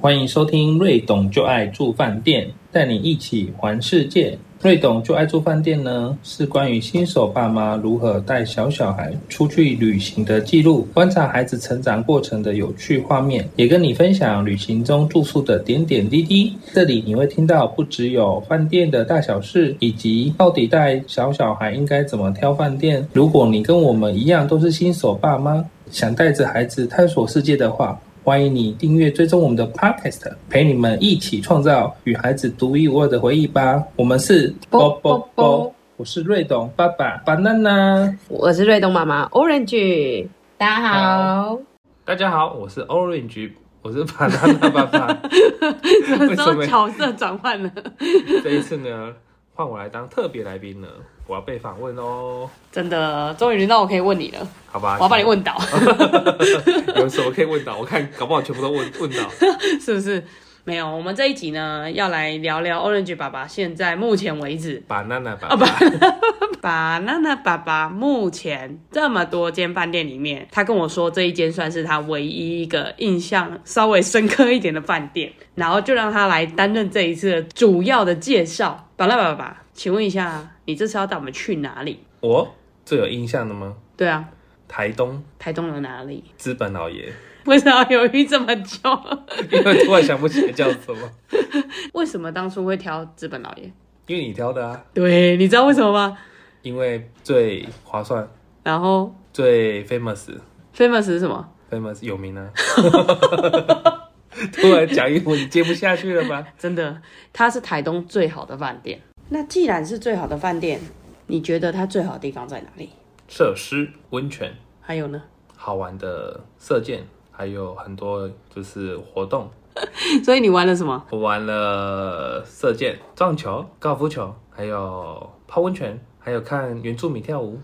欢迎收听《瑞董就爱住饭店》，带你一起环世界。瑞董就爱住饭店呢，是关于新手爸妈如何带小小孩出去旅行的记录，观察孩子成长过程的有趣画面，也跟你分享旅行中住宿的点点滴滴。这里你会听到不只有饭店的大小事，以及到底带小小孩应该怎么挑饭店。如果你跟我们一样都是新手爸妈，想带着孩子探索世界的话，欢迎你订阅追踪我们的 Podcast，陪你们一起创造与孩子独一无二的回忆吧。我们是啵啵啵，我是瑞董爸爸 banana，我是瑞东妈妈 Orange，大家好。大家好，我是 Orange，我是 banana 爸爸。 什么时为什么候角色转换了？这一次呢，换我来当特别来宾了，我要被访问哦。真的，终于轮到我可以问你了，好吧，我要把你问倒，有什么可以问到？我看搞不好全部都问 问到。 是不是？没有，我们这一集呢，要来聊聊 Orange 爸爸现在目前为止 banana 爸啊爸， ，banana 爸爸目前这么多间饭店里面，他跟我说这一间算是他唯一一个印象稍微深刻一点的饭店，然后就让他来担任这一次的主要的介绍。banana 爸爸，请问一下，你这次要带我们去哪里？我最有印象的吗？对啊，台东台东有哪里？ 资本老爷， 为什么要犹豫这么久？ 因为突然想不起来叫什么。为什么当初会挑资本老爷？因为你挑的啊，对，你知道为什么吗？因为最划算、然后最 famous、 famous 是什么？ famous 有名啊。 突然讲一我你接不下去了吧？真的，它是台东最好的饭店。那既然是最好的饭店，你觉得它最好的地方在哪里？设施、温泉、还有呢？好玩的射箭，还有很多就是活动。 所以你玩了什么？我玩了射箭、撞球、高尔夫球，还有泡温泉，还有看原住民跳舞。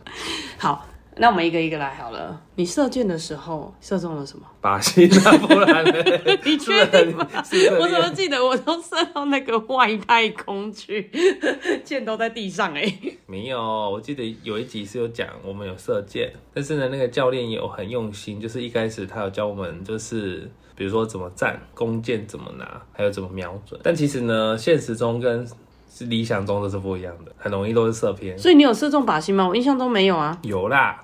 好，那我们一个一个来好了。你射箭的时候射中了什么？巴西那不然呢？ 你是不是确定吗？很？是不我是怎么 很记得我都射到那个外太空去， 箭都在地上哎、没有，我记得有一集是有讲我们有射箭，但是呢，那个教练也有很用心，就是一开始他有教我们，就是比如说怎么站、弓箭怎么拿，还有怎么瞄准。但其实呢，现实中跟是理想中都是不一样的，很容易都是射偏。所以你有射中靶心吗？我印象中没有啊。有啦，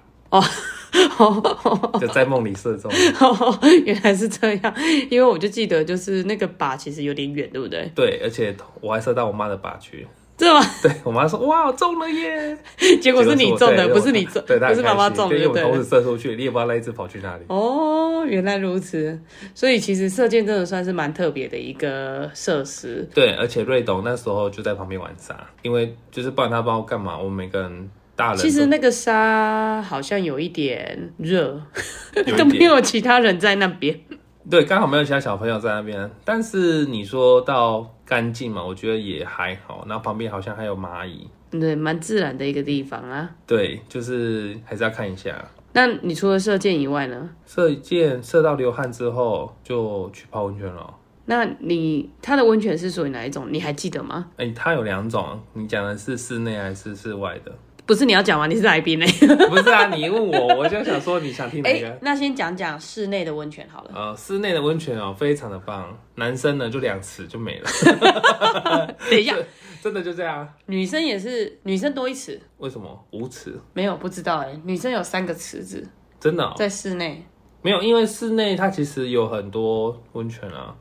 就在梦里射中。 哦，原来是这样，因为我就记得就是那个靶其实有点远，对不对？对，而且我还射到我妈的靶去，是吗？ 对我妈说：“哇，中了耶！” 结果是你中的，结不果是你我中，对，她不很是妈妈开心中的，对，因为就我对同了时射出去，你也不知道那一只跑去哪里。哦，原来如此，所以其实射箭真的算是蛮特别的一个设施。对，而且瑞董那时候就在旁边玩沙，因为就是不然他不知道干嘛。我们每个人大人其实都那个沙好像有一点热， 有一都没点有其他人在那边。对，刚好没有其他小朋友在那边。但是你说到干净嘛，我觉得也还好。然后旁边好像还有蚂蚁，对，蛮自然的一个地方啊。对，就是还是要看一下。那你除了射箭以外呢？射箭射到流汗之后，就去泡温泉了。那你它的温泉是属于哪一种？你还记得吗？哎、它有两种，你讲的是室内还是室外的？ 不是你要讲吗？你是来宾呢、不是啊，你问我，我就想说你想听哪哎、一个？那先讲讲室内的温泉好 了。呃，室内的温泉哦，非常的棒。男生呢就两尺就没了，等一下， 真的就这样。啊女生也是，女生多一尺，为什么五尺？没有不知道哎、女生有三个池子真的哦、在室内，没有，因为室内它其实有很多温泉啊，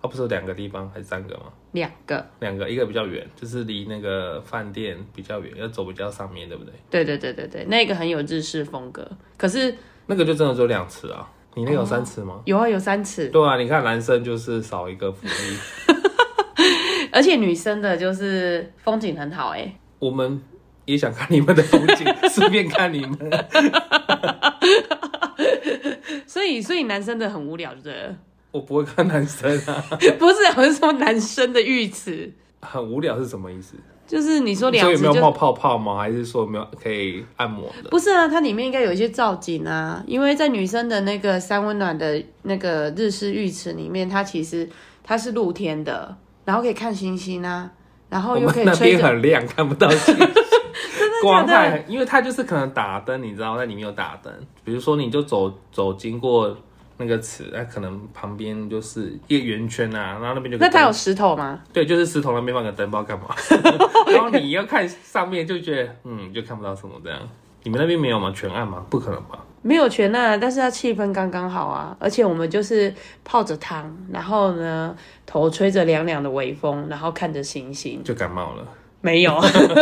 它不是有两个地方还是三个吗？两个。两个，一个比较远，就是离那个饭店比较远，要走比较上面，对不对？对对对对对，那个很有日式风格。可是那个就真的只有两尺啊，你那个有三尺吗？有啊，有三尺，对啊，你看男生就是少一个福利。 而且女生的就是风景很好哎、我们也想看你们的风 景，顺便看你们。所以所以男生的很无聊，对不对？我不会看男生啊， 不是，我是说男生的浴池，很无聊是什么意思？就是你说两所以有池没有就冒泡泡吗？还是说有没有可以按摩的？不是啊，它里面应该有一些造景啊，因为在女生的那个三温暖的那个日式浴池里面，它其实它是露天的，然后可以看星星啊，然后我又们可以那吹边着。很亮，看不到 星星光假害的很，因为它就是可能打灯，你知道，那里面有打灯。比如说，你就走走经过那个词，那可能旁边就是一个圆圈啊，然后那边就那它有灯石头吗？对，就是石头那边放个灯，不知道干 嘛。然后你要看上面就觉得嗯，就看不到什么这样。你们那边没有吗？全暗吗？不可能吧？没有全那，但是它气氛刚刚好啊。而且我们就是泡着汤，然后呢，头吹着凉凉的微风，然后看着星星，就感冒了。没有，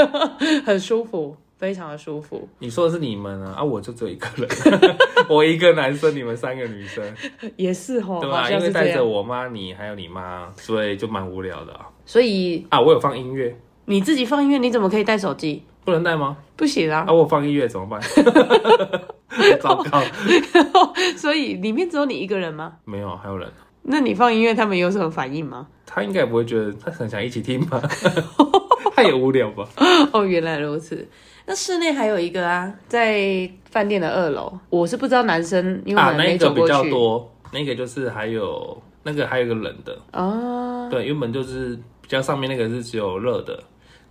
很舒服，非常的舒服。你说的是你们啊，啊，我就只有一个人， 我一个男生，你们三个女生，也是吼，对哦啊好吧？因像为是这带着样。我妈、你还有你妈，所以就蛮无聊的啊。所以啊，我有放音乐，你自己放音乐，你怎么可以带手机？不能带吗？ 不行啊啊，！我放音乐怎么办？ 糟糕，所以里面只有你一个人吗？没有，还有人，那你放音乐，他们有什么反应吗？他应该不会觉得他很想一起听吧？ 他也无聊吧？ 哦，原来如此。那室内还有一个啊，在饭店的二楼，我是不知道男生，因为我啊，还那没一个走比过较去多，那个就是还有那个还有一个冷的，啊。对，原本就是比较上面那个是只有热的，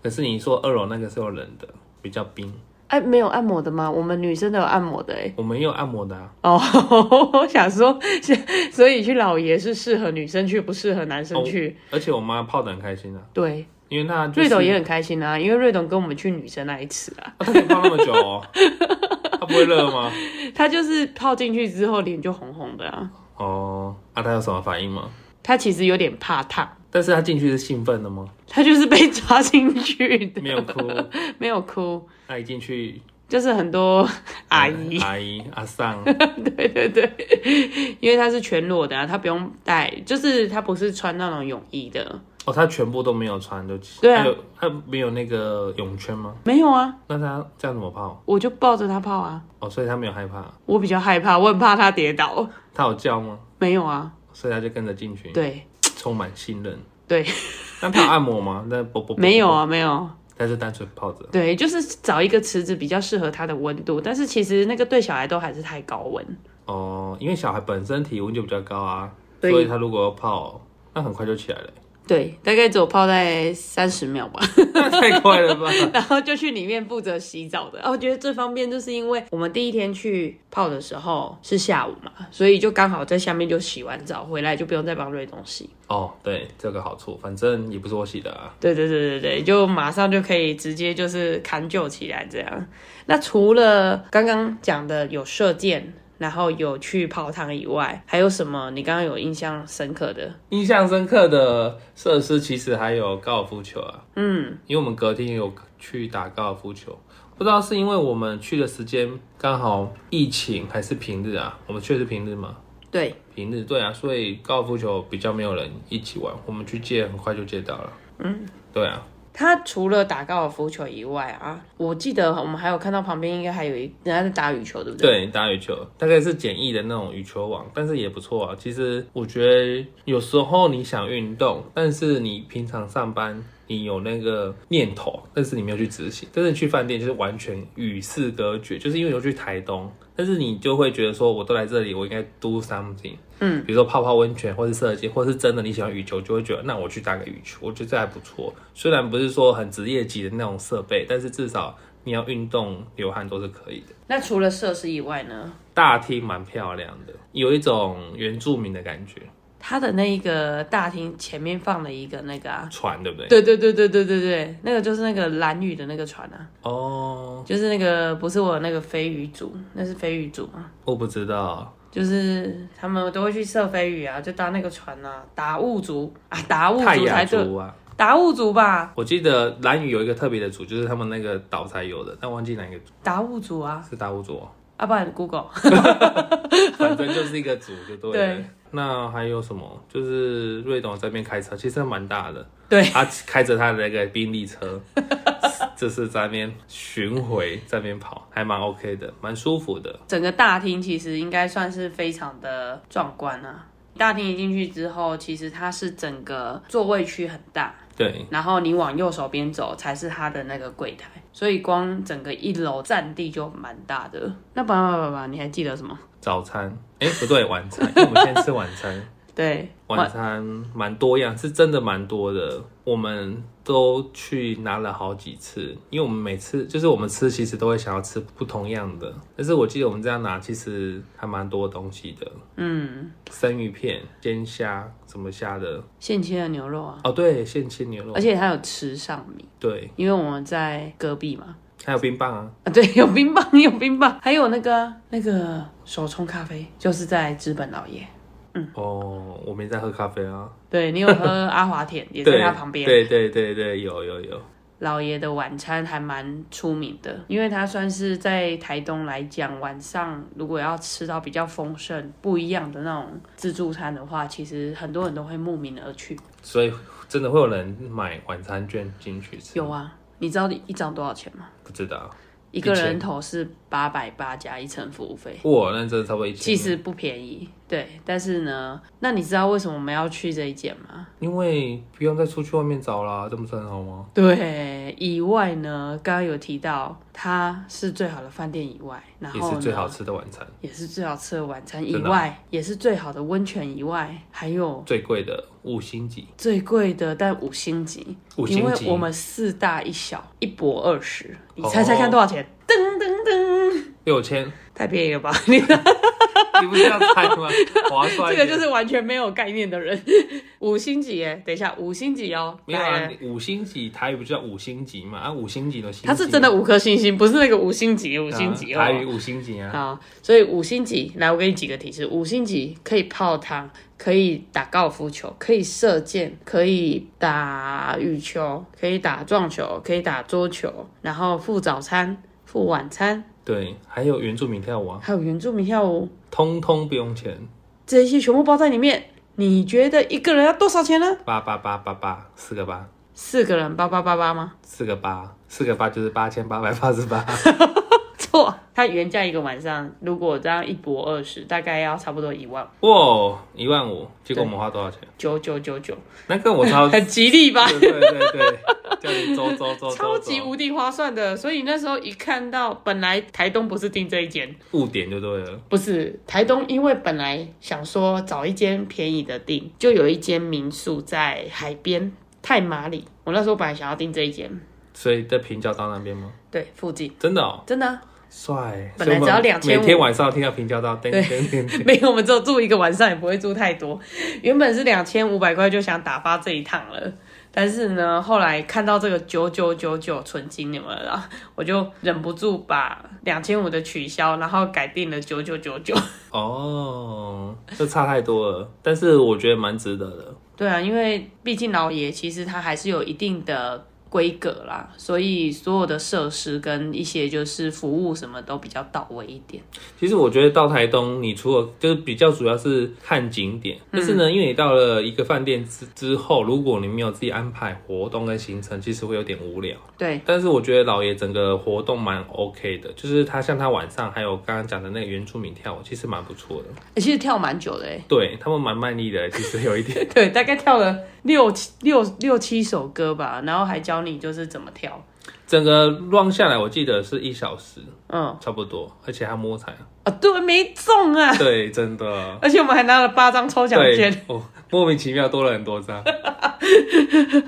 可是你说二楼那个是有冷的，比较冰。哎，没有按摩的吗？我们女生都有按摩的哎、我们也有按摩的啊，哦， 我想说，是所以去老爷是适合女生去，不适合男生去。而且我妈泡的很开心啊，对，因为她就是瑞董也很开心啊，因为瑞董跟我们去女生那一次啊，啊她可以泡那么久、哦，她不会热吗？他就是泡进去之后脸就红红的啊，哦，啊，她有什么反应吗？他其实有点怕烫，但是她进去是兴奋的吗？他就是被抓进去的， 没有哭，没有哭，她一进去，就是很多阿姨嗯，阿姨、阿桑， 对对对，因为他是全裸的啊，他不用带，就是他不是穿那种泳衣的，哦，她全部都没有穿，就对啊她有她没有那个泳圈吗？没有啊，那她这样怎么泡？我就抱着他泡啊，哦，所以她没有害怕，我比较害怕，我很怕他跌倒，她有叫吗？没有啊，所以她就跟着进去，对充满信任。对， 那她有按摩吗？那不不不没有，啊，没有，她就单纯泡着。对，就是找一个池子比较适合他的温度，但是其实那个对小孩都还是太高温。哦，因为小孩本身体温就比较高啊，所所以以他如果要泡，那很快就起来了，对，大概只有泡在三十秒吧，那 太快了吧？然后就去里面负责洗澡的。啊，我觉得最方便就是因为我们第一天去泡的时候是下午嘛，所以就刚好在下面就洗完澡回来，就不用再帮瑞东洗。哦，对，这个好处，反正也不是我洗的啊。对对对对对，就马上就可以直接就是砍救起来这样。那除了刚刚讲的有射箭，然后有去泡汤以外，还有什么你刚刚有印象深刻的？印象深刻的设施其实还有高尔夫球啊，嗯，因为我们隔天有去打高尔夫球，不知道是因为我们去的时间刚好疫情还是平日啊？我们去的是平日吗？对，平日对啊，所以高尔夫球比较没有人一起玩，我们去借很快就借到了。嗯，对啊，他除了打高尔夫球以外啊，我记得我们还有看到旁边应该还有一人家在打羽球，对不对？对，打羽球大概是简易的那种羽球网，但是也不错啊。其实我觉得有时候你想运动，但是你平常上班你有那个念头，但是你没有去执行。但是你去饭店就是完全与世隔绝，就是因为我去台东，但是你就会觉得说，我都来这里，我应该 do something。嗯，比如说泡泡温泉，或是射箭，或是真的你喜欢羽球，就会觉得那我去打个羽球，我觉得这还不错。虽然不是说很职业级的那种设备，但是至少你要运动流汗都是可以的。那除了设施以外呢？大厅蛮漂亮的，有一种原住民的感觉，他的那个大厅前面放了一个那个啊，船对不对？对对对对对对对，那个就是那个蓝雨的那个船啊，哦，就是那个不是我有那个飞鱼组，那是飞鱼组吗？我不知道，就是他们都会去射飞鱼啊，就搭那个船啊，达悟族啊，达悟泰族雅才对，族啊，达悟族吧，我记得蓝屿有一个特别的族，就是他们那个岛才有的，但忘记哪一个族达悟族啊，是达悟族哦，啊不然 Google 反正就是一个族就对了。对那还有什么？就是瑞董这边开车，其实蛮大的，对，他开着他的那个宾利车，就是在那边巡回，在那边跑，还蛮 OK 的，蛮舒服的。整个大厅其实应该算是非常的壮观啊。大厅一进去之后，其实它是整个座位区很大，对，然后你往右手边走才是它的那个柜台，所以光整个一楼占地就蛮大的。那爸爸爸爸，你还记得什么？早餐，哎、不对，晚餐，因为我们先吃晚餐。对，晚餐蛮多样，是真的蛮多的。我们都去拿了好几次，因为我们每次就是我们吃，其实都会想要吃不同样的。但是我记得我们这样拿，其实还蛮多东西的，嗯，生鱼片、煎虾、什么虾的。现切的牛肉啊，哦，对，现切牛肉而，且它有吃上米，对，因为我们在隔壁嘛， 还有冰棒啊。啊，对，有冰棒，有冰棒，还有那个那个手冲咖啡，就是在资本老爷。嗯哦，我没在喝咖啡啊。对你有喝阿华田，也在对他旁边。对对对对，有有有。老爷的晚餐还蛮出名的，因为他算是在台东来讲，晚上如果要吃到比较丰盛、不一样的那种自助餐的话，其实很多人都会慕名而去。所以真的会有人买晚餐券进去吃？有啊，你知道一张多少钱吗？不知道。一个人头是八百八加一层服务费，哇，那真的差不多一千。其实不便宜。对，但是呢，那你知道为什么我们要去这一间吗？因为不用再出去外面找啦，这不是很好吗？对，以外呢，刚刚有提到它是最好的饭店以外，然也后是最呢好吃的晚餐，也是最好吃的晚餐以真的啊外，也是最好的温泉以外，还有最贵的五星级，最贵的但五星级，五星级因为我们四大一小，一博二十，你哦猜猜看多少钱？六千，太便宜了 吧！你你不是要猜吗？ 划算一这个点。就是完全没有概念的人。 五星级耶，等一下，五星级哦，没有来啊，了你五星级台语不就叫五星级嘛？啊，五星级的星级，它是真的五颗星星，不是那个五星级，五星级哦。啊台语五星级啊，好，所以五星级，来我给你几个提示：五星级可以泡汤，可以打高尔夫球，可以射箭，可以打羽球，可以打撞球，可以打桌球，然后付早餐、付晚餐，对，还有原住民跳舞啊，还有原住民跳舞，通通不用钱，这些全部包在里面。你觉得一个人要多少钱呢？八八八八八，四个八，四个人八八八八吗？四个八，四个八就是八千八百八十八，错，它原价一个晚上，如果这样一博二十，大概要差不多一万哇，一万五，结果我们花多少钱？九九九九，那个我 超，对很吉利吧？对对对，叫你走走走走走，超级无敌划算的。所以那时候一看到，本来台东不是订这一间，误点就对了，不是台东，因为本来想说找一间便宜的订，就有一间民宿在海边太马里。我那时候本来想要订这一间，所以在平交道那边吗？对，附近真的哦，真的啊、 帅，本来只要所以我们2500每天晚上听到平交道，噔噔噔噔，没有，我们只有住一个晚上，也不会住太多。原本是两千五百块就想打发这一趟了，但是呢，后来看到这个九九九九纯金有没有啊？我就忍不住把两千五的取消，然后改定了九九九九。哦，这差太多了，但是我觉得蛮值得的，对啊，因为毕竟老爷其实它还是有一定的规格啦，所以所有的设施跟一些就是服务什么都比较到位一点。其实我觉得到台东，你除了就是比较主要是看景点，但是呢，因为你到了一个饭店之之后，如果你没有自己安排活动跟行程，其实会有点无聊。对，但是我觉得老爷整个活动蛮 OK 的，就是他像他晚上还有刚刚讲的那个原住民跳舞，其实蛮不错的。欸其实跳蛮久的哎、对他们蛮卖力的，其实有一点 对，大概跳了六七六六七首歌吧，然后还教你就是怎么跳。整个 run 下来，我记得是一小时嗯，差不多，而且还摸彩。啊，对，没中啊， 对，真的。而且我们还拿了八张抽奖对券。，哦，莫名其妙多了很多张。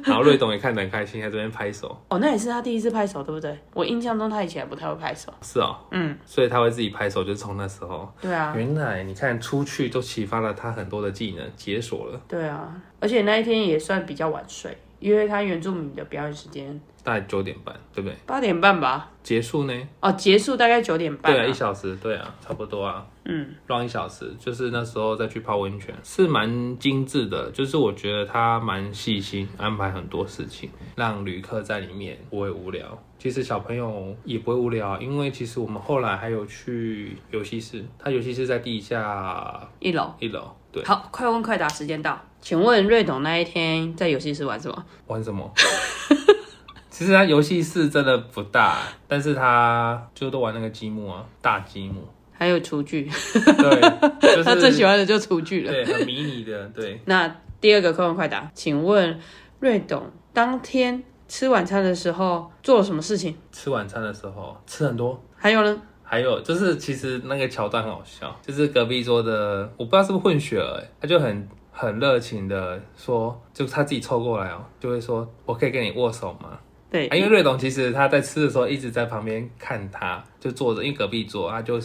然后瑞董也看得很开心，还在这边拍手。哦，那也是他第一次拍手，对不对？我印象中他以前不太会拍手。是哦，嗯，所以他会自己拍手，就是从那时候。对啊，原来你看出去都启发了他很多的技能，解锁了对啊，而且那一天也算比较晚睡，因为他原住民的表演时间大概九点半，对不对？八点半吧，结束呢？哦，结束大概九点半、对啊，一小时，对啊，差不多啊。嗯，浪一小时，就是那时候再去泡温泉，是蛮精致的。就是我觉得他蛮细心，安排很多事情，让旅客在里面不会无聊。其实小朋友也不会无聊，啊因为其实我们后来还有去游戏室，它游戏室在地下一楼。一楼。对，好，快问快答时间到，请问瑞董那一天在游戏室玩什么？玩什么？ 其实它游戏室真的不大，但是它就都玩那个积木啊，大积木。还有厨具，对，就是 他最喜欢的就是厨具了。对很迷你的，对。那第二个快问快答，请问瑞董当天吃晚餐的时候做了什么事情？吃晚餐的时候吃很多，还有呢？还有就是，其实那个桥段很好笑，就是隔壁桌的，我不知道是不是混血儿、欸，他就很很热情的说，就是他自己凑过来哦，就会说我可以跟你握手吗？对，啊因为瑞董其实他在吃的时候一直在旁边看他，就坐着，因为隔壁桌，他就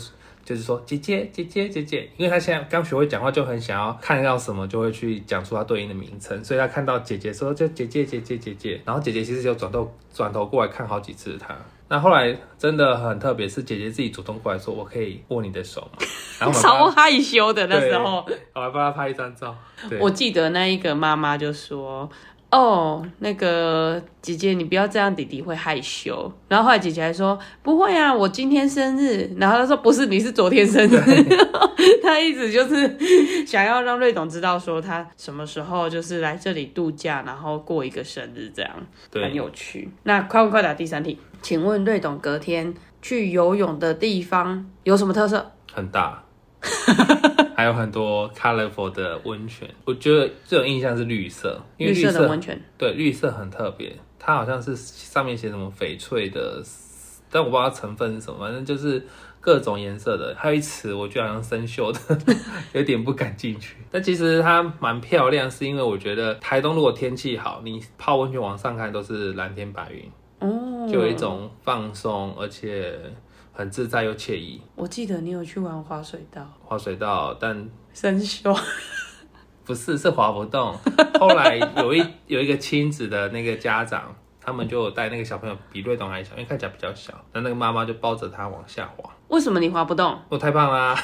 就是说姐姐姐姐姐姐，因为他现在刚学会讲话，就很想要看到什么就会去讲出他对应的名称，所以他看到姐姐说就姐姐姐姐姐姐，然后姐姐其实就转头转头过来看好几次他。那后来真的很特别，是姐姐自己主动过来说：“我可以握你的手吗？”然后我超们害羞的那时候。帮他，我还帮他拍一张照。对，我记得那一个妈妈就说：“哦，那个姐姐，你不要这样，弟弟会害羞。”然后后来姐姐还说：“不会啊，我今天生日。”然后她说：“不是，你是昨天生日。” 她一直就是想要让瑞董知道说她什么时候就是来这里度假，然后过一个生日这样。很对，有趣。那快问快答第三题，请问瑞董隔天去游泳的地方有什么特色？很 大，还有很多 colorful 的温泉。我觉得最有印象是绿色，因为绿绿色色的温泉，对绿色很特别，它好像是上面写什么翡翠的，但我不知道它成分是什么，反正就是各种颜色的。还有一池我觉得好像生锈的， 有点不敢进去。但其实它蛮漂亮，是因为我觉得台东如果天气好，你泡温泉往上看都是蓝天白云，哦，就有一。种放松，而且很自在又惬意。我记得你有去玩滑水道，滑水道，但生锈。不是，是滑不动。后来有一有一个亲子的那个家长，他们就有带那个小朋友比瑞董还小，因为看起来比较小。那那个妈妈就抱着他往下滑，为什么你滑不动？我太胖啦、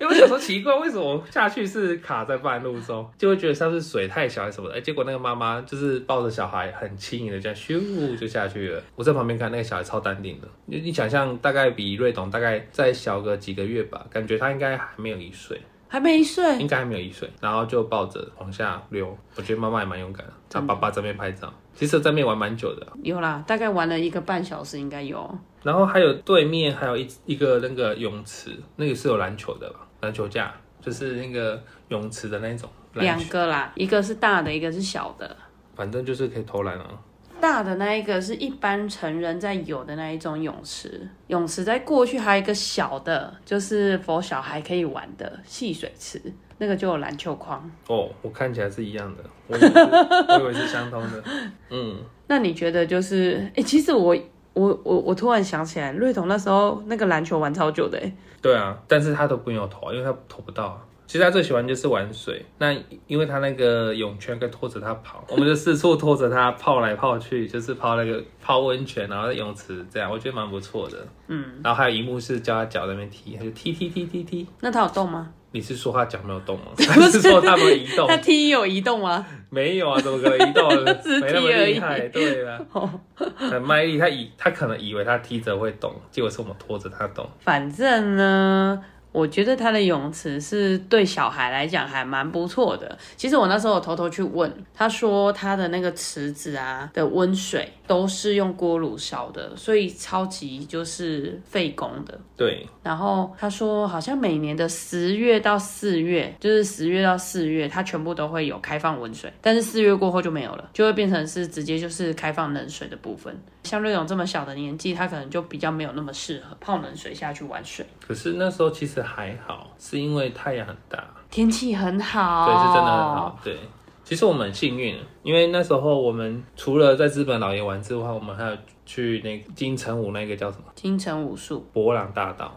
因为我想说奇怪，为什么下去是卡在半路中，就会觉得像是水太小还是什么的。哎、结果那个妈妈就是抱着小孩，很轻盈的这样咻就下去了。我在旁边看，那个小孩超淡定的。你你想象，大概比瑞董大概再小个几个月吧，感觉他应该还没有一岁。还没一岁，应该还没有一岁，然后就抱着往下溜。我觉得妈妈也蛮勇敢的，她爸爸这边拍照，其实在那边玩蛮久的。有啦，大概玩了一个半小时，应该有。然后还有对面还有一一个那个泳池，那个是有篮球的吧？篮球架就是那个泳池的那种篮两球，个啦，一个是大的，一个是小的。反正就是可以投篮啊。大的那一个是一般成人在有的那一种泳池，泳池在过去还有一个小的，就是佛小孩可以玩的戏水池，那个就有篮球框。哦，我看起来是一样的，我以为是 我以为是相通的。嗯，那你觉得就是，哎、其实我我我我突然想起来，瑞彤那时候那个篮球玩超久的、诶对啊，但是他都不用投啊，因为他投不到啊。其实他最喜欢就是玩水，那因为他那个泳圈跟拖着他跑，我们就四处拖着他泡来泡去，就是泡那个泡温泉，然后在泳池这样，我觉得蛮不错的。嗯，然后还有一幕是教他脚在那边踢，他就踢踢踢踢踢。那他有动吗？你是说他脚没有动 吗？还是说他没有移动他？踢有移动吗？没有啊，怎么可能移动？ 只是没那么踢而已哦厉害，对啊，很卖力。他以他可能以为他踢着会动，结果是我们拖着他动。反正呢，我觉得他的泳池是对小孩来讲还蛮不错的。其实我那时候有偷偷去问，他说他的那个池子啊的温水都是用锅炉烧的，所以超级就是费工的。对，然后他说，好像每年的十月到四月，就是十月到四月，它全部都会有开放温水，但是四月过后就没有了，就会变成是直接就是开放冷水的部分。像瑞勇这么小的年纪，他可能就比较没有那么适合泡冷水下去玩水。可是那时候其实还好，是因为太阳很大。天气很好，对，是真的很好。。对，其实我们很幸运，因为那时候我们除了在资本老爷玩之外，我们还有去那个金城武那个叫什么金城武术，博朗大 道。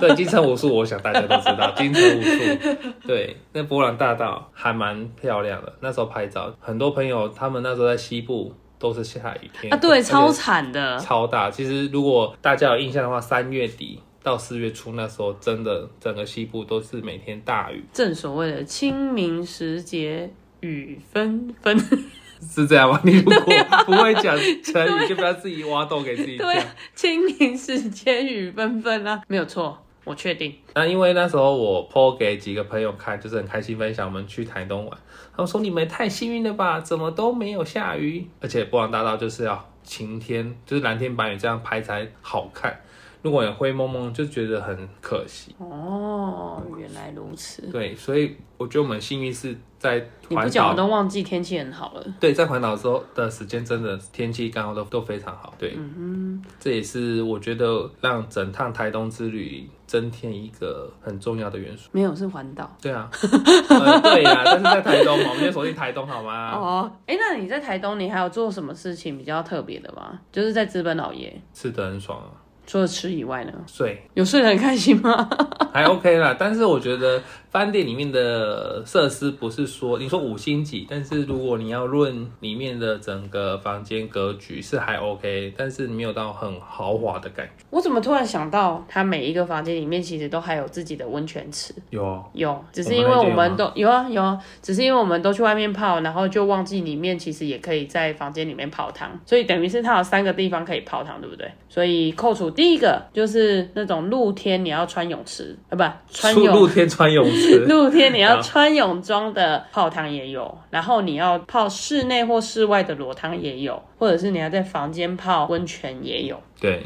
对，金城武术，我想大家都知道，金城武术。对，那博朗大道还蛮漂亮的，那时候拍照，很多朋友他们那时候在西部都是下雨天啊，对，而且超惨的。超大。其实如果大家有印象的话，三月底。到四月初那时候，真的整个西部都是每天大雨，正所谓的清明时节雨纷纷， 是这样吗？你如果不会讲成语，就不要自己挖洞给自己跳。 对啊，清明时节雨纷纷啊，没有错，我确定。那因为那时候我 PO 给几个朋友看，就是很开心分享我们去台东玩，他们说你们也太幸运了吧，怎么都没有下雨，而且波浪大道就是要晴天，就是蓝天白云这样拍才好看。如果也灰蒙蒙，就觉得很可惜。哦，原来如此。对，所以我觉得我们幸运是在你不环讲我岛，都忘记天气很好了。对，在环岛之后的时间，真的天气刚好都都非常好。对，嗯这也是我觉得让整趟台东之旅增添一个很重要的元素哼，。没有是环岛。对 啊，呃、对啊，但是在台东嘛，我们就锁定台东好吗？哦，哎，那你在台东，你还有做什么事情比较特别的吗？就是在资本老爷，吃的很爽啊，除了吃以外呢，睡有睡得很开心吗？ 还 OK 啦。但是我觉得饭店里面的设施不是说你说五星级，但是如果你要论里面的整个房间格局是还 OK，但是没有到很豪华的感觉。我怎么突然想到，它每一个房间里面其实都还有自己的温泉池。有哦有，只是我们因为那我间有们吗都有啊有啊，只是因为我们都去外面泡，然后就忘记里面其实也可以在房间里面泡汤，所以等于是它有三个地方可以泡汤，对不对？所以扣除第一个就是那种露天你要穿泳池，啊不，穿出露泳天穿泳 池，露天你要好穿泳装的泡汤也有，然后你要泡室内或室外的裸汤也有，或者是你要在房间泡温泉也有。对，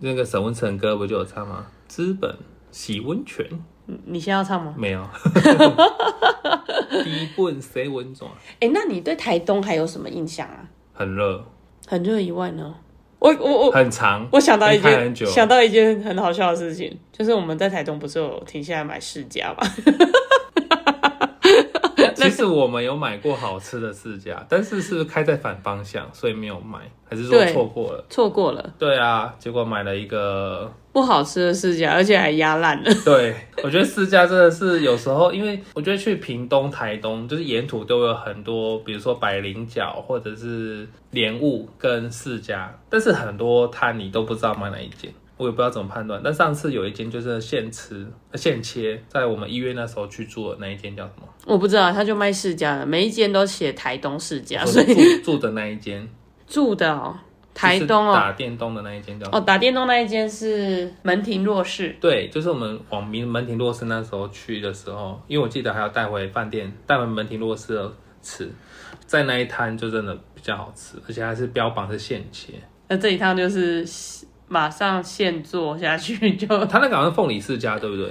那个沈文成歌不就有唱吗？资本洗温泉你你先要唱吗？没有， 第一棍谁温暖？哎，那你对台东还有什么印象啊？很热，很热以外呢？我我我很长，我想到一你看件很久想到一件很好笑的事情，就是我们在台东不是有停下来买世家嘛？其实我们有买过好吃的世家，但是是开在反方向，所以没有买，还是说对错过了？ 错过了对啊，结果买了一个。不好吃的世家，而且还压烂了。对，我觉得世家真的是有时候，因为我觉得去屏东、台东，就是沿途都有很多，比如说百灵角或者是莲雾跟世家，但是很多摊你都不知道买哪一间。我也不知道怎么判断，但上次有一间就是现吃、呃现切，在我们医院那时候去住的那一间叫什么？ 我不知道，他就卖世家了，每一间都写台东世家，我所以住住的那一间，住的哦，台就是东哦，打电动的那一间叫什么哦打电动那一间是门庭若市，对，就是我们往明门庭若市那时候去的时候，因为我记得还要带回饭店，带回门庭若市的吃，在那一摊就真的比较好吃，而且还是标榜是现切。那这一趟就是马上现做下去就， 哦他那个好像凤梨世家，对不对？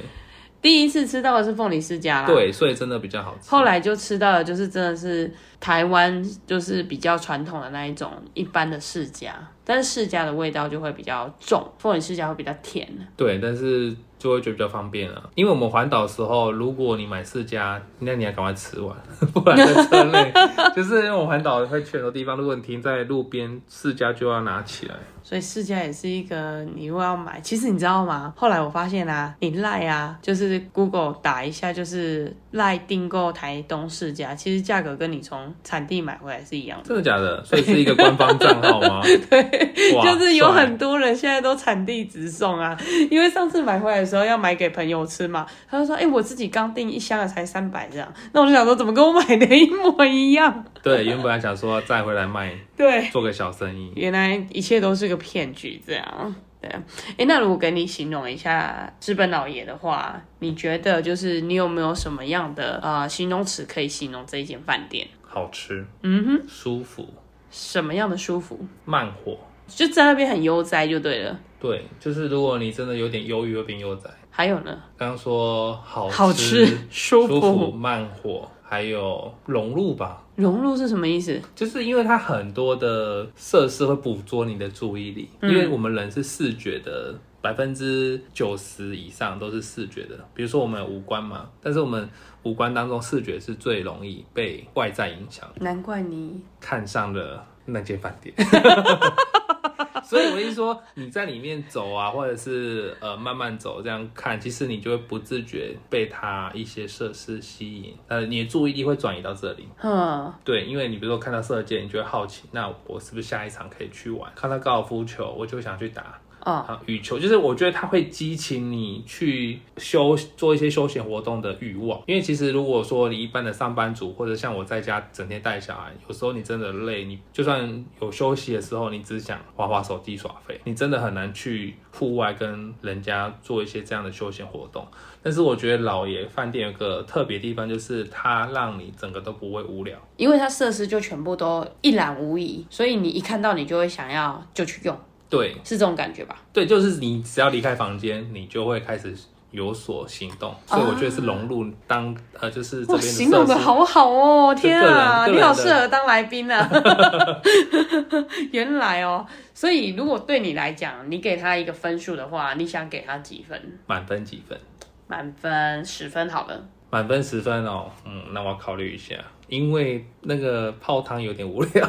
第一次吃到的是凤梨世家啦，对，所以真的比较好吃。后来就吃到的就是真的是台湾就是比较传统的那一种一般的世家，但是世家的味道就会比较重，凤梨世家会比较甜。对，但是就会觉得比较方便了，因为我们环岛的时候，如果你买世家，那你要赶快吃完， 不然在车内，就是因为我们环岛会去很多地方，如果你停在路边，世家就要拿起来。所以世家也是一个你如果要买，其实你知道吗？后来我发现啊，你赖啊，就是 Google 打一下，就是赖订购台东世家，其实价格跟你从产地买回来是一样的。真的假的？所以是一个官方账号 吗？对，就是有帅很多人现在都产地直送啊，因为上次买回来的时候要买给朋友吃嘛，他就说：“哎、我自己刚订一箱的才三百这样。”那我就想说，怎么跟我买的一模一样？对，原本还想说再回来卖，对，做个小生意。原来一切都是个骗局，这样。对，哎，那如果给你形容一下资本老爷的话，你觉得就是你有没有什么样的呃形容词可以形容这一间饭店？好吃，嗯哼，舒服，什么样的舒服？慢活。就在那边很悠哉就对了。对，就是如果你真的有点忧郁，会变悠哉。还有呢，刚刚说好好吃舒舒服慢活，还有融入吧，融入是什么意思？就是因为它很多的设施会捕捉你的注意力，因嗯为我们人是视觉的。百分之九十以上都是视觉的，比如说我们有五官嘛，但是我们五官当中视觉是最容易被外在影响的，难怪你看上了那间饭店。所以我一说你在里面走啊，或者是呃慢慢走这样看，其实你就会不自觉被它一些设施吸引，呃，你的注意力会转移到这里。哼，对，因为你比如说看到射箭，你就会好奇，那我是不是下一场可以去玩？看到高尔夫球，我就会想去打。哦，啊，羽球就是我觉得它会激起你去休做一些休闲活动的欲望，因为其实如果说你一般的上班族或者像我在家整天带小孩，有时候你真的累，你就算有休息的时候，你只想划划手机耍废，你真的很难去户外跟人家做一些这样的休闲活动。但是我觉得老爷饭店有个特别地方，就是它让你整个都不会无聊。因为它设施就全部都一览无遗，所以你一看到你就会想要就去用。对是这种感觉吧？对，就是你只要离开房间，你就会开始有所行动，所以我觉得是融入当呃就是这哦哇，边的形容设的施好好哦！天啊，就个人个人你的好适合当来 宾啊！原来哦，所以如果对你来讲，你给他一个分数的话，你想给他几分？满分几分？满分十分好了。满分十分哦，嗯，那我要考虑一下，因为那个泡汤有点无聊。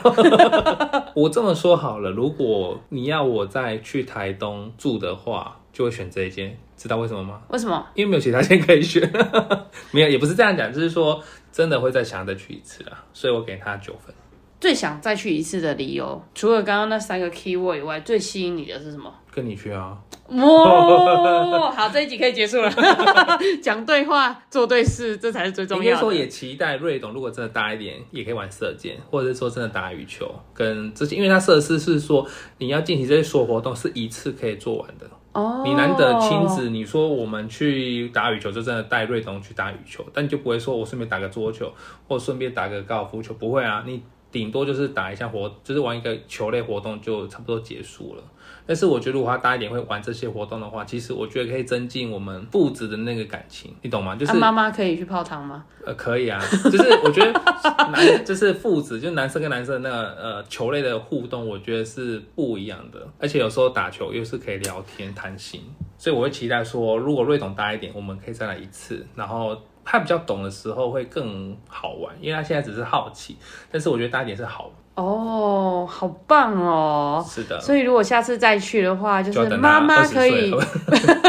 我这么说好了，如果你要我再去台东住的话，就会选这一间，知道为什么吗？为什么？因为没有其他间可以选， 没有，也不是这样讲，就是说真的会再想要再去一次啊，所以我给他九分。最想再去一次的理由，除了刚刚那三个 key word 以外，最吸引你的是什么？跟你去啊，哇、 好，这一集可以结束 了。讲对话，做对事，这才是最重应该要说的。也期待瑞董，如果真的大一点，也可以玩射箭，或者是说真的打羽球，跟这些，因为它设施是说你要进行这些所有活动是一次可以做完的，哦你难得亲子，你说我们去打羽球，就真的带瑞东去打羽球，但你就不会说我顺便打个桌球，或顺便打个高尔夫球，不会啊，你顶多就是打一下活，就是玩一个球类活动就差不多结束了。但是我觉得如果他大一点会玩这些活动的话，其实我觉得可以增进我们父子的那个感情，你懂吗？就是、啊妈妈可以去泡汤吗？呃，可以啊，就是我觉得男 就是父子，就是男生跟男生的那个呃球类的互动，我觉得是不一样的，而且有时候打球又是可以聊天谈心，所以我会期待说，如果瑞董大一点，我们可以再来一次，然后。他比较懂的时候会更好玩，因为他现在只是好奇，但是我觉得大一点是好玩，哦，好棒哦！是的，所以如果下次再去的话，就就要是等他妈妈20可岁以了，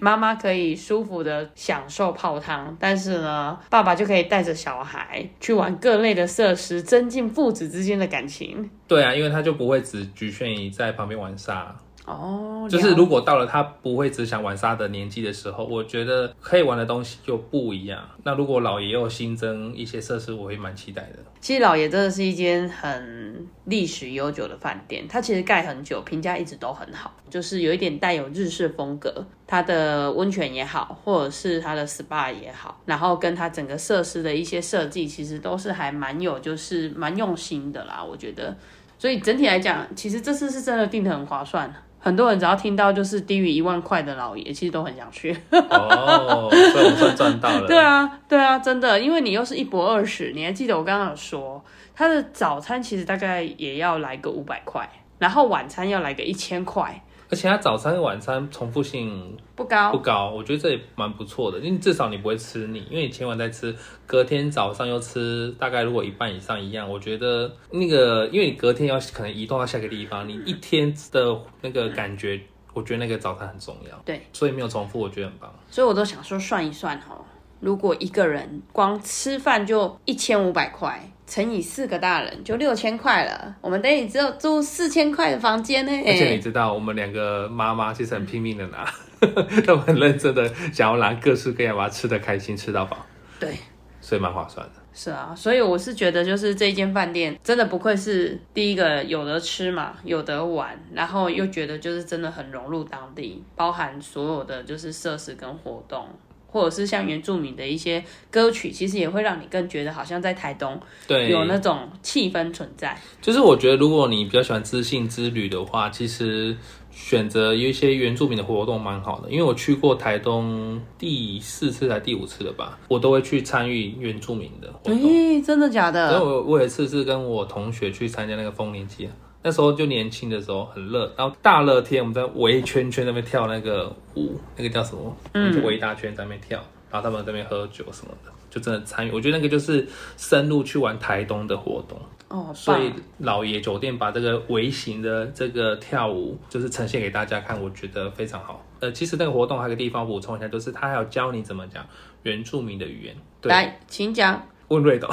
妈妈可以舒服的享受泡汤，但是呢，爸爸就可以带着小孩去玩各类的设施，增进父子之间的感情。对啊，因为他就不会只局限于在旁边玩沙，哦，就是了如果到了他不会只想玩沙的年纪的时候，我觉得可以玩的东西就不一样。那如果老爷又新增一些设施，我会蛮期待的。其实老爷真的是一间很历史悠久的饭店，它其实盖很久，评价一直都很好，就是有一点带有日式风格。它的温泉也好，或者是它的 SPA 也好，然后跟它整个设施的一些设计，其实都是还蛮有，就是蛮用心的啦，我觉得。所以整体来讲，其实这次是真的订的很划算。很多人只要听到就是低于一万块的老爷，其实都很想去。哦，所以我们算赚到了。 对啊，对啊，真的，因为你又是一博二十，你还记得我刚刚有说，他的早餐其实大概也要来个五百块，然后晚餐要来个一千块，而且他早餐、晚餐重复性不高。不高，我觉得这也蛮不错的，因为至少你不会吃腻，因为你前晚在吃，隔天早上又吃，大概如果一半以上一样，我觉得那个，因为你隔天要可能移动到下一个地方，你一天的那个感觉，我觉得那个早餐很重要。对，所以没有重复，我觉得很棒。所以我都想说算一算哈，如果一个人光吃饭就一千五百块，乘以四个大人就六千块了，我们等于只有住四千块的房间呢、而且你知道，我们两个妈妈其实很拼命的拿， 他们很认真的想要拿各式各样，把它吃的开心，吃到饱，对。所以蛮划算的。是啊，所以我是觉得，就是这一间饭店真的不愧是第一个有得吃嘛，有得玩，然后又觉得就是真的很融入当地，包含所有的就是设施跟活动，或者是像原住民的一些歌曲，其实也会让你更觉得好像在台东对，有那种气氛存在。就是我觉得，如果你比较喜欢知性之旅的话，其实选择有一些原住民的活动蛮好的。因为我去过台东第四次还第五次了吧，我都会去参与原住民的活诶、动。真的假然后的？我我有一次是跟我同学去参加那个丰年祭啊，那时候就年轻的时候很热，然后大热天我们在围圈圈那边跳那个舞，那个叫什么？我们就围一大圈在那边跳，然后他们在那边喝酒什么的，就真的参与。我觉得那个就是深入去玩台东的活动。哦，所以棒！老爷酒店把这个微型的这个跳舞，就是呈现给大家看，我觉得非常好。呃，其实那个活动还有一个地方补充一下，就是他还有教你怎么讲原住民的语言。对，来，请讲。问瑞董，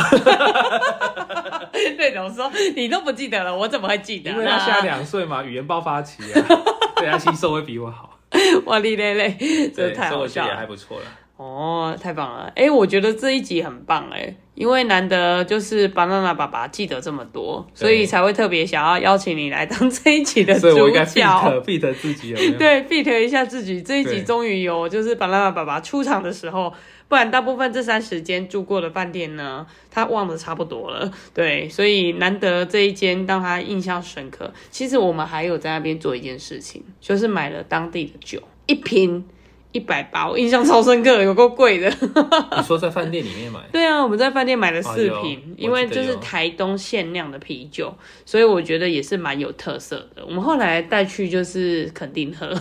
对的，我说你都不记得了，我怎么会记得因呢？为他现在两岁嘛，语言爆发期 啊，对他吸收会比我好。我哩嘞嘞，真对，的太所以好我觉笑得也了还。不错了。哦，太棒了！哎、我觉得这一集很棒哎、因为难得就是巴娜娜爸爸记得这么多，对所以才会特别想要邀请你来当这一集的所以我主应该 fit 角。 fit 自己有没有？对，fit 一下自己。这一集对终于有，就是巴娜娜爸爸出场的时候，不然大部分这三十间住过的饭店呢，他忘的差不多了。对，所以难得这一间让他印象深刻。其实我们还有在那边做一件事情，就是买了当地的酒，一瓶一百八，我印象超深刻，有够贵的。啊你说在饭店里面 买，对啊，我们在饭店买了四哦有瓶，我因为记得就有是台东限量的啤酒，所以我觉得也是蛮有特色的。我们后来带去就是肯定喝，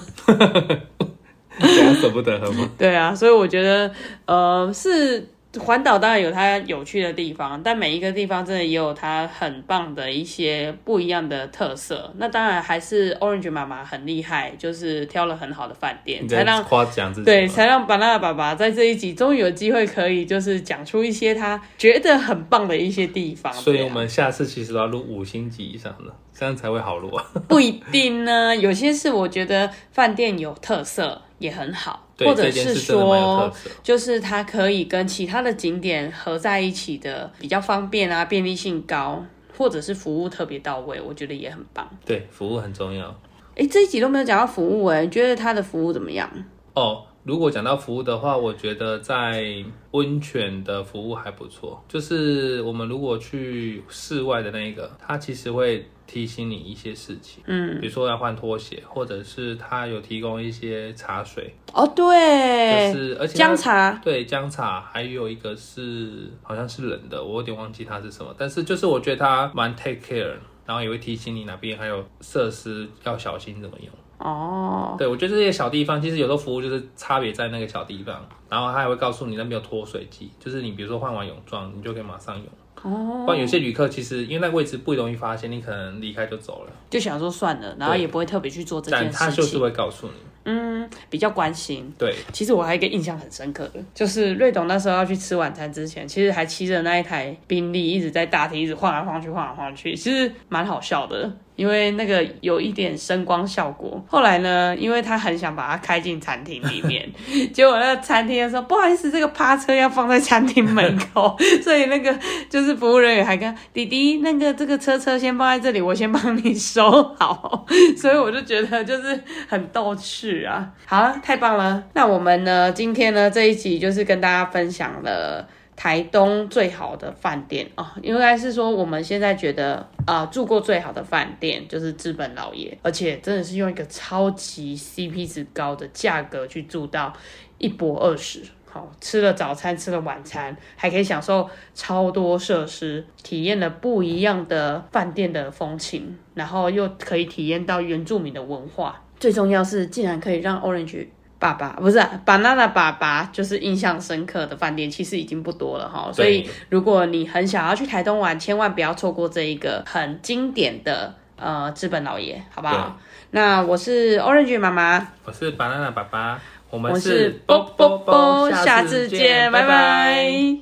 这样舍不得喝吗？对啊，所以我觉得呃是环岛当然有它有趣的地方，但每一个地方真的也有它很棒的一些不一样的特色。那当然还是 Orange 妈妈很厉害，就是挑了很好的饭你店，才在让夸奖自己吗？对，才让巴纳爸爸在这一集终于有机会可以就是讲出一些他觉得很棒的一些地方。所以对啊我们下次其实都要录五星级以上的，这样才会好录啊。 不一定呢，有些是我觉得饭店有特色也很好，对或者这件是事真的蛮有说特色。就是它可以跟其他的景点合在一起的，比较方便啊，便利性高，或者是服务特别到位，我觉得也很棒。对，服务很重要哎，这一集都没有讲到服务哎、你觉得它的服务怎么样？哦。如果讲到服务的话，我觉得在温泉的服务还不错。就是我们如果去室外的那一个，它其实会提醒你一些事情，嗯，比如说要换拖鞋，或者是它有提供一些茶水，哦，对，就是而且它哎姜茶，对姜茶，还有一个是好像是冷的，我有点忘记它是什么，但是就是我觉得它蛮 take care，然后也会提醒你哪边还有设施要小心怎么用。哦，对我觉得这些小地方，其实有时候服务就是差别在那个小地方，然后它还会告诉你那边有脱水机，就是你比如说换完泳装，你就可以马上泳。哦，不然有些旅客其实因为那个位置不容易发现，你可能离开就走了，就想说算了，然后也不会特别去做这但件他事就是情，会告诉你。嗯，比较关心。对，其实我还有一个印象很深刻的，就是瑞董那时候要去吃晚餐之前，其实还骑着那一台宾利一直在大厅一直晃来晃去，晃来晃去，其实蛮好笑的，因为那个有一点声光效果。后来呢，因为他很想把它开进餐厅里面，结果那个餐厅说不好意思，这个趴车要放在餐厅门口，所以那个就是服务人员还跟弟弟那个这个车车先放在这里，我先帮你收好，所以我就觉得就是 很逗趣啊。好啊，太棒了！那我们呢，今天呢这一集就是跟大家分享了。台东最好的饭店哦，应该是说我们现在觉得呃住过最好的饭店就是资本老爷，而且真的是用一个超级 CP 值高的价格去住到一博二十。好，吃了早餐，吃了晚餐，还可以享受超多设施，体验了不一样的饭店的风情，然后又可以体验到原住民的文化。最重要是，竟然可以让 Orange 爸爸不是啊 Banana 爸爸，就是印象深刻的饭店，其实已经不多了哈。所以对如果你很想要去台东玩，千万不要错过这一个很经典的呃资本老爷，好不好？那我是 Orange 妈妈。我是 banana 爸爸，我们我是波波波波波，波，下下次次见，见，拜拜拜拜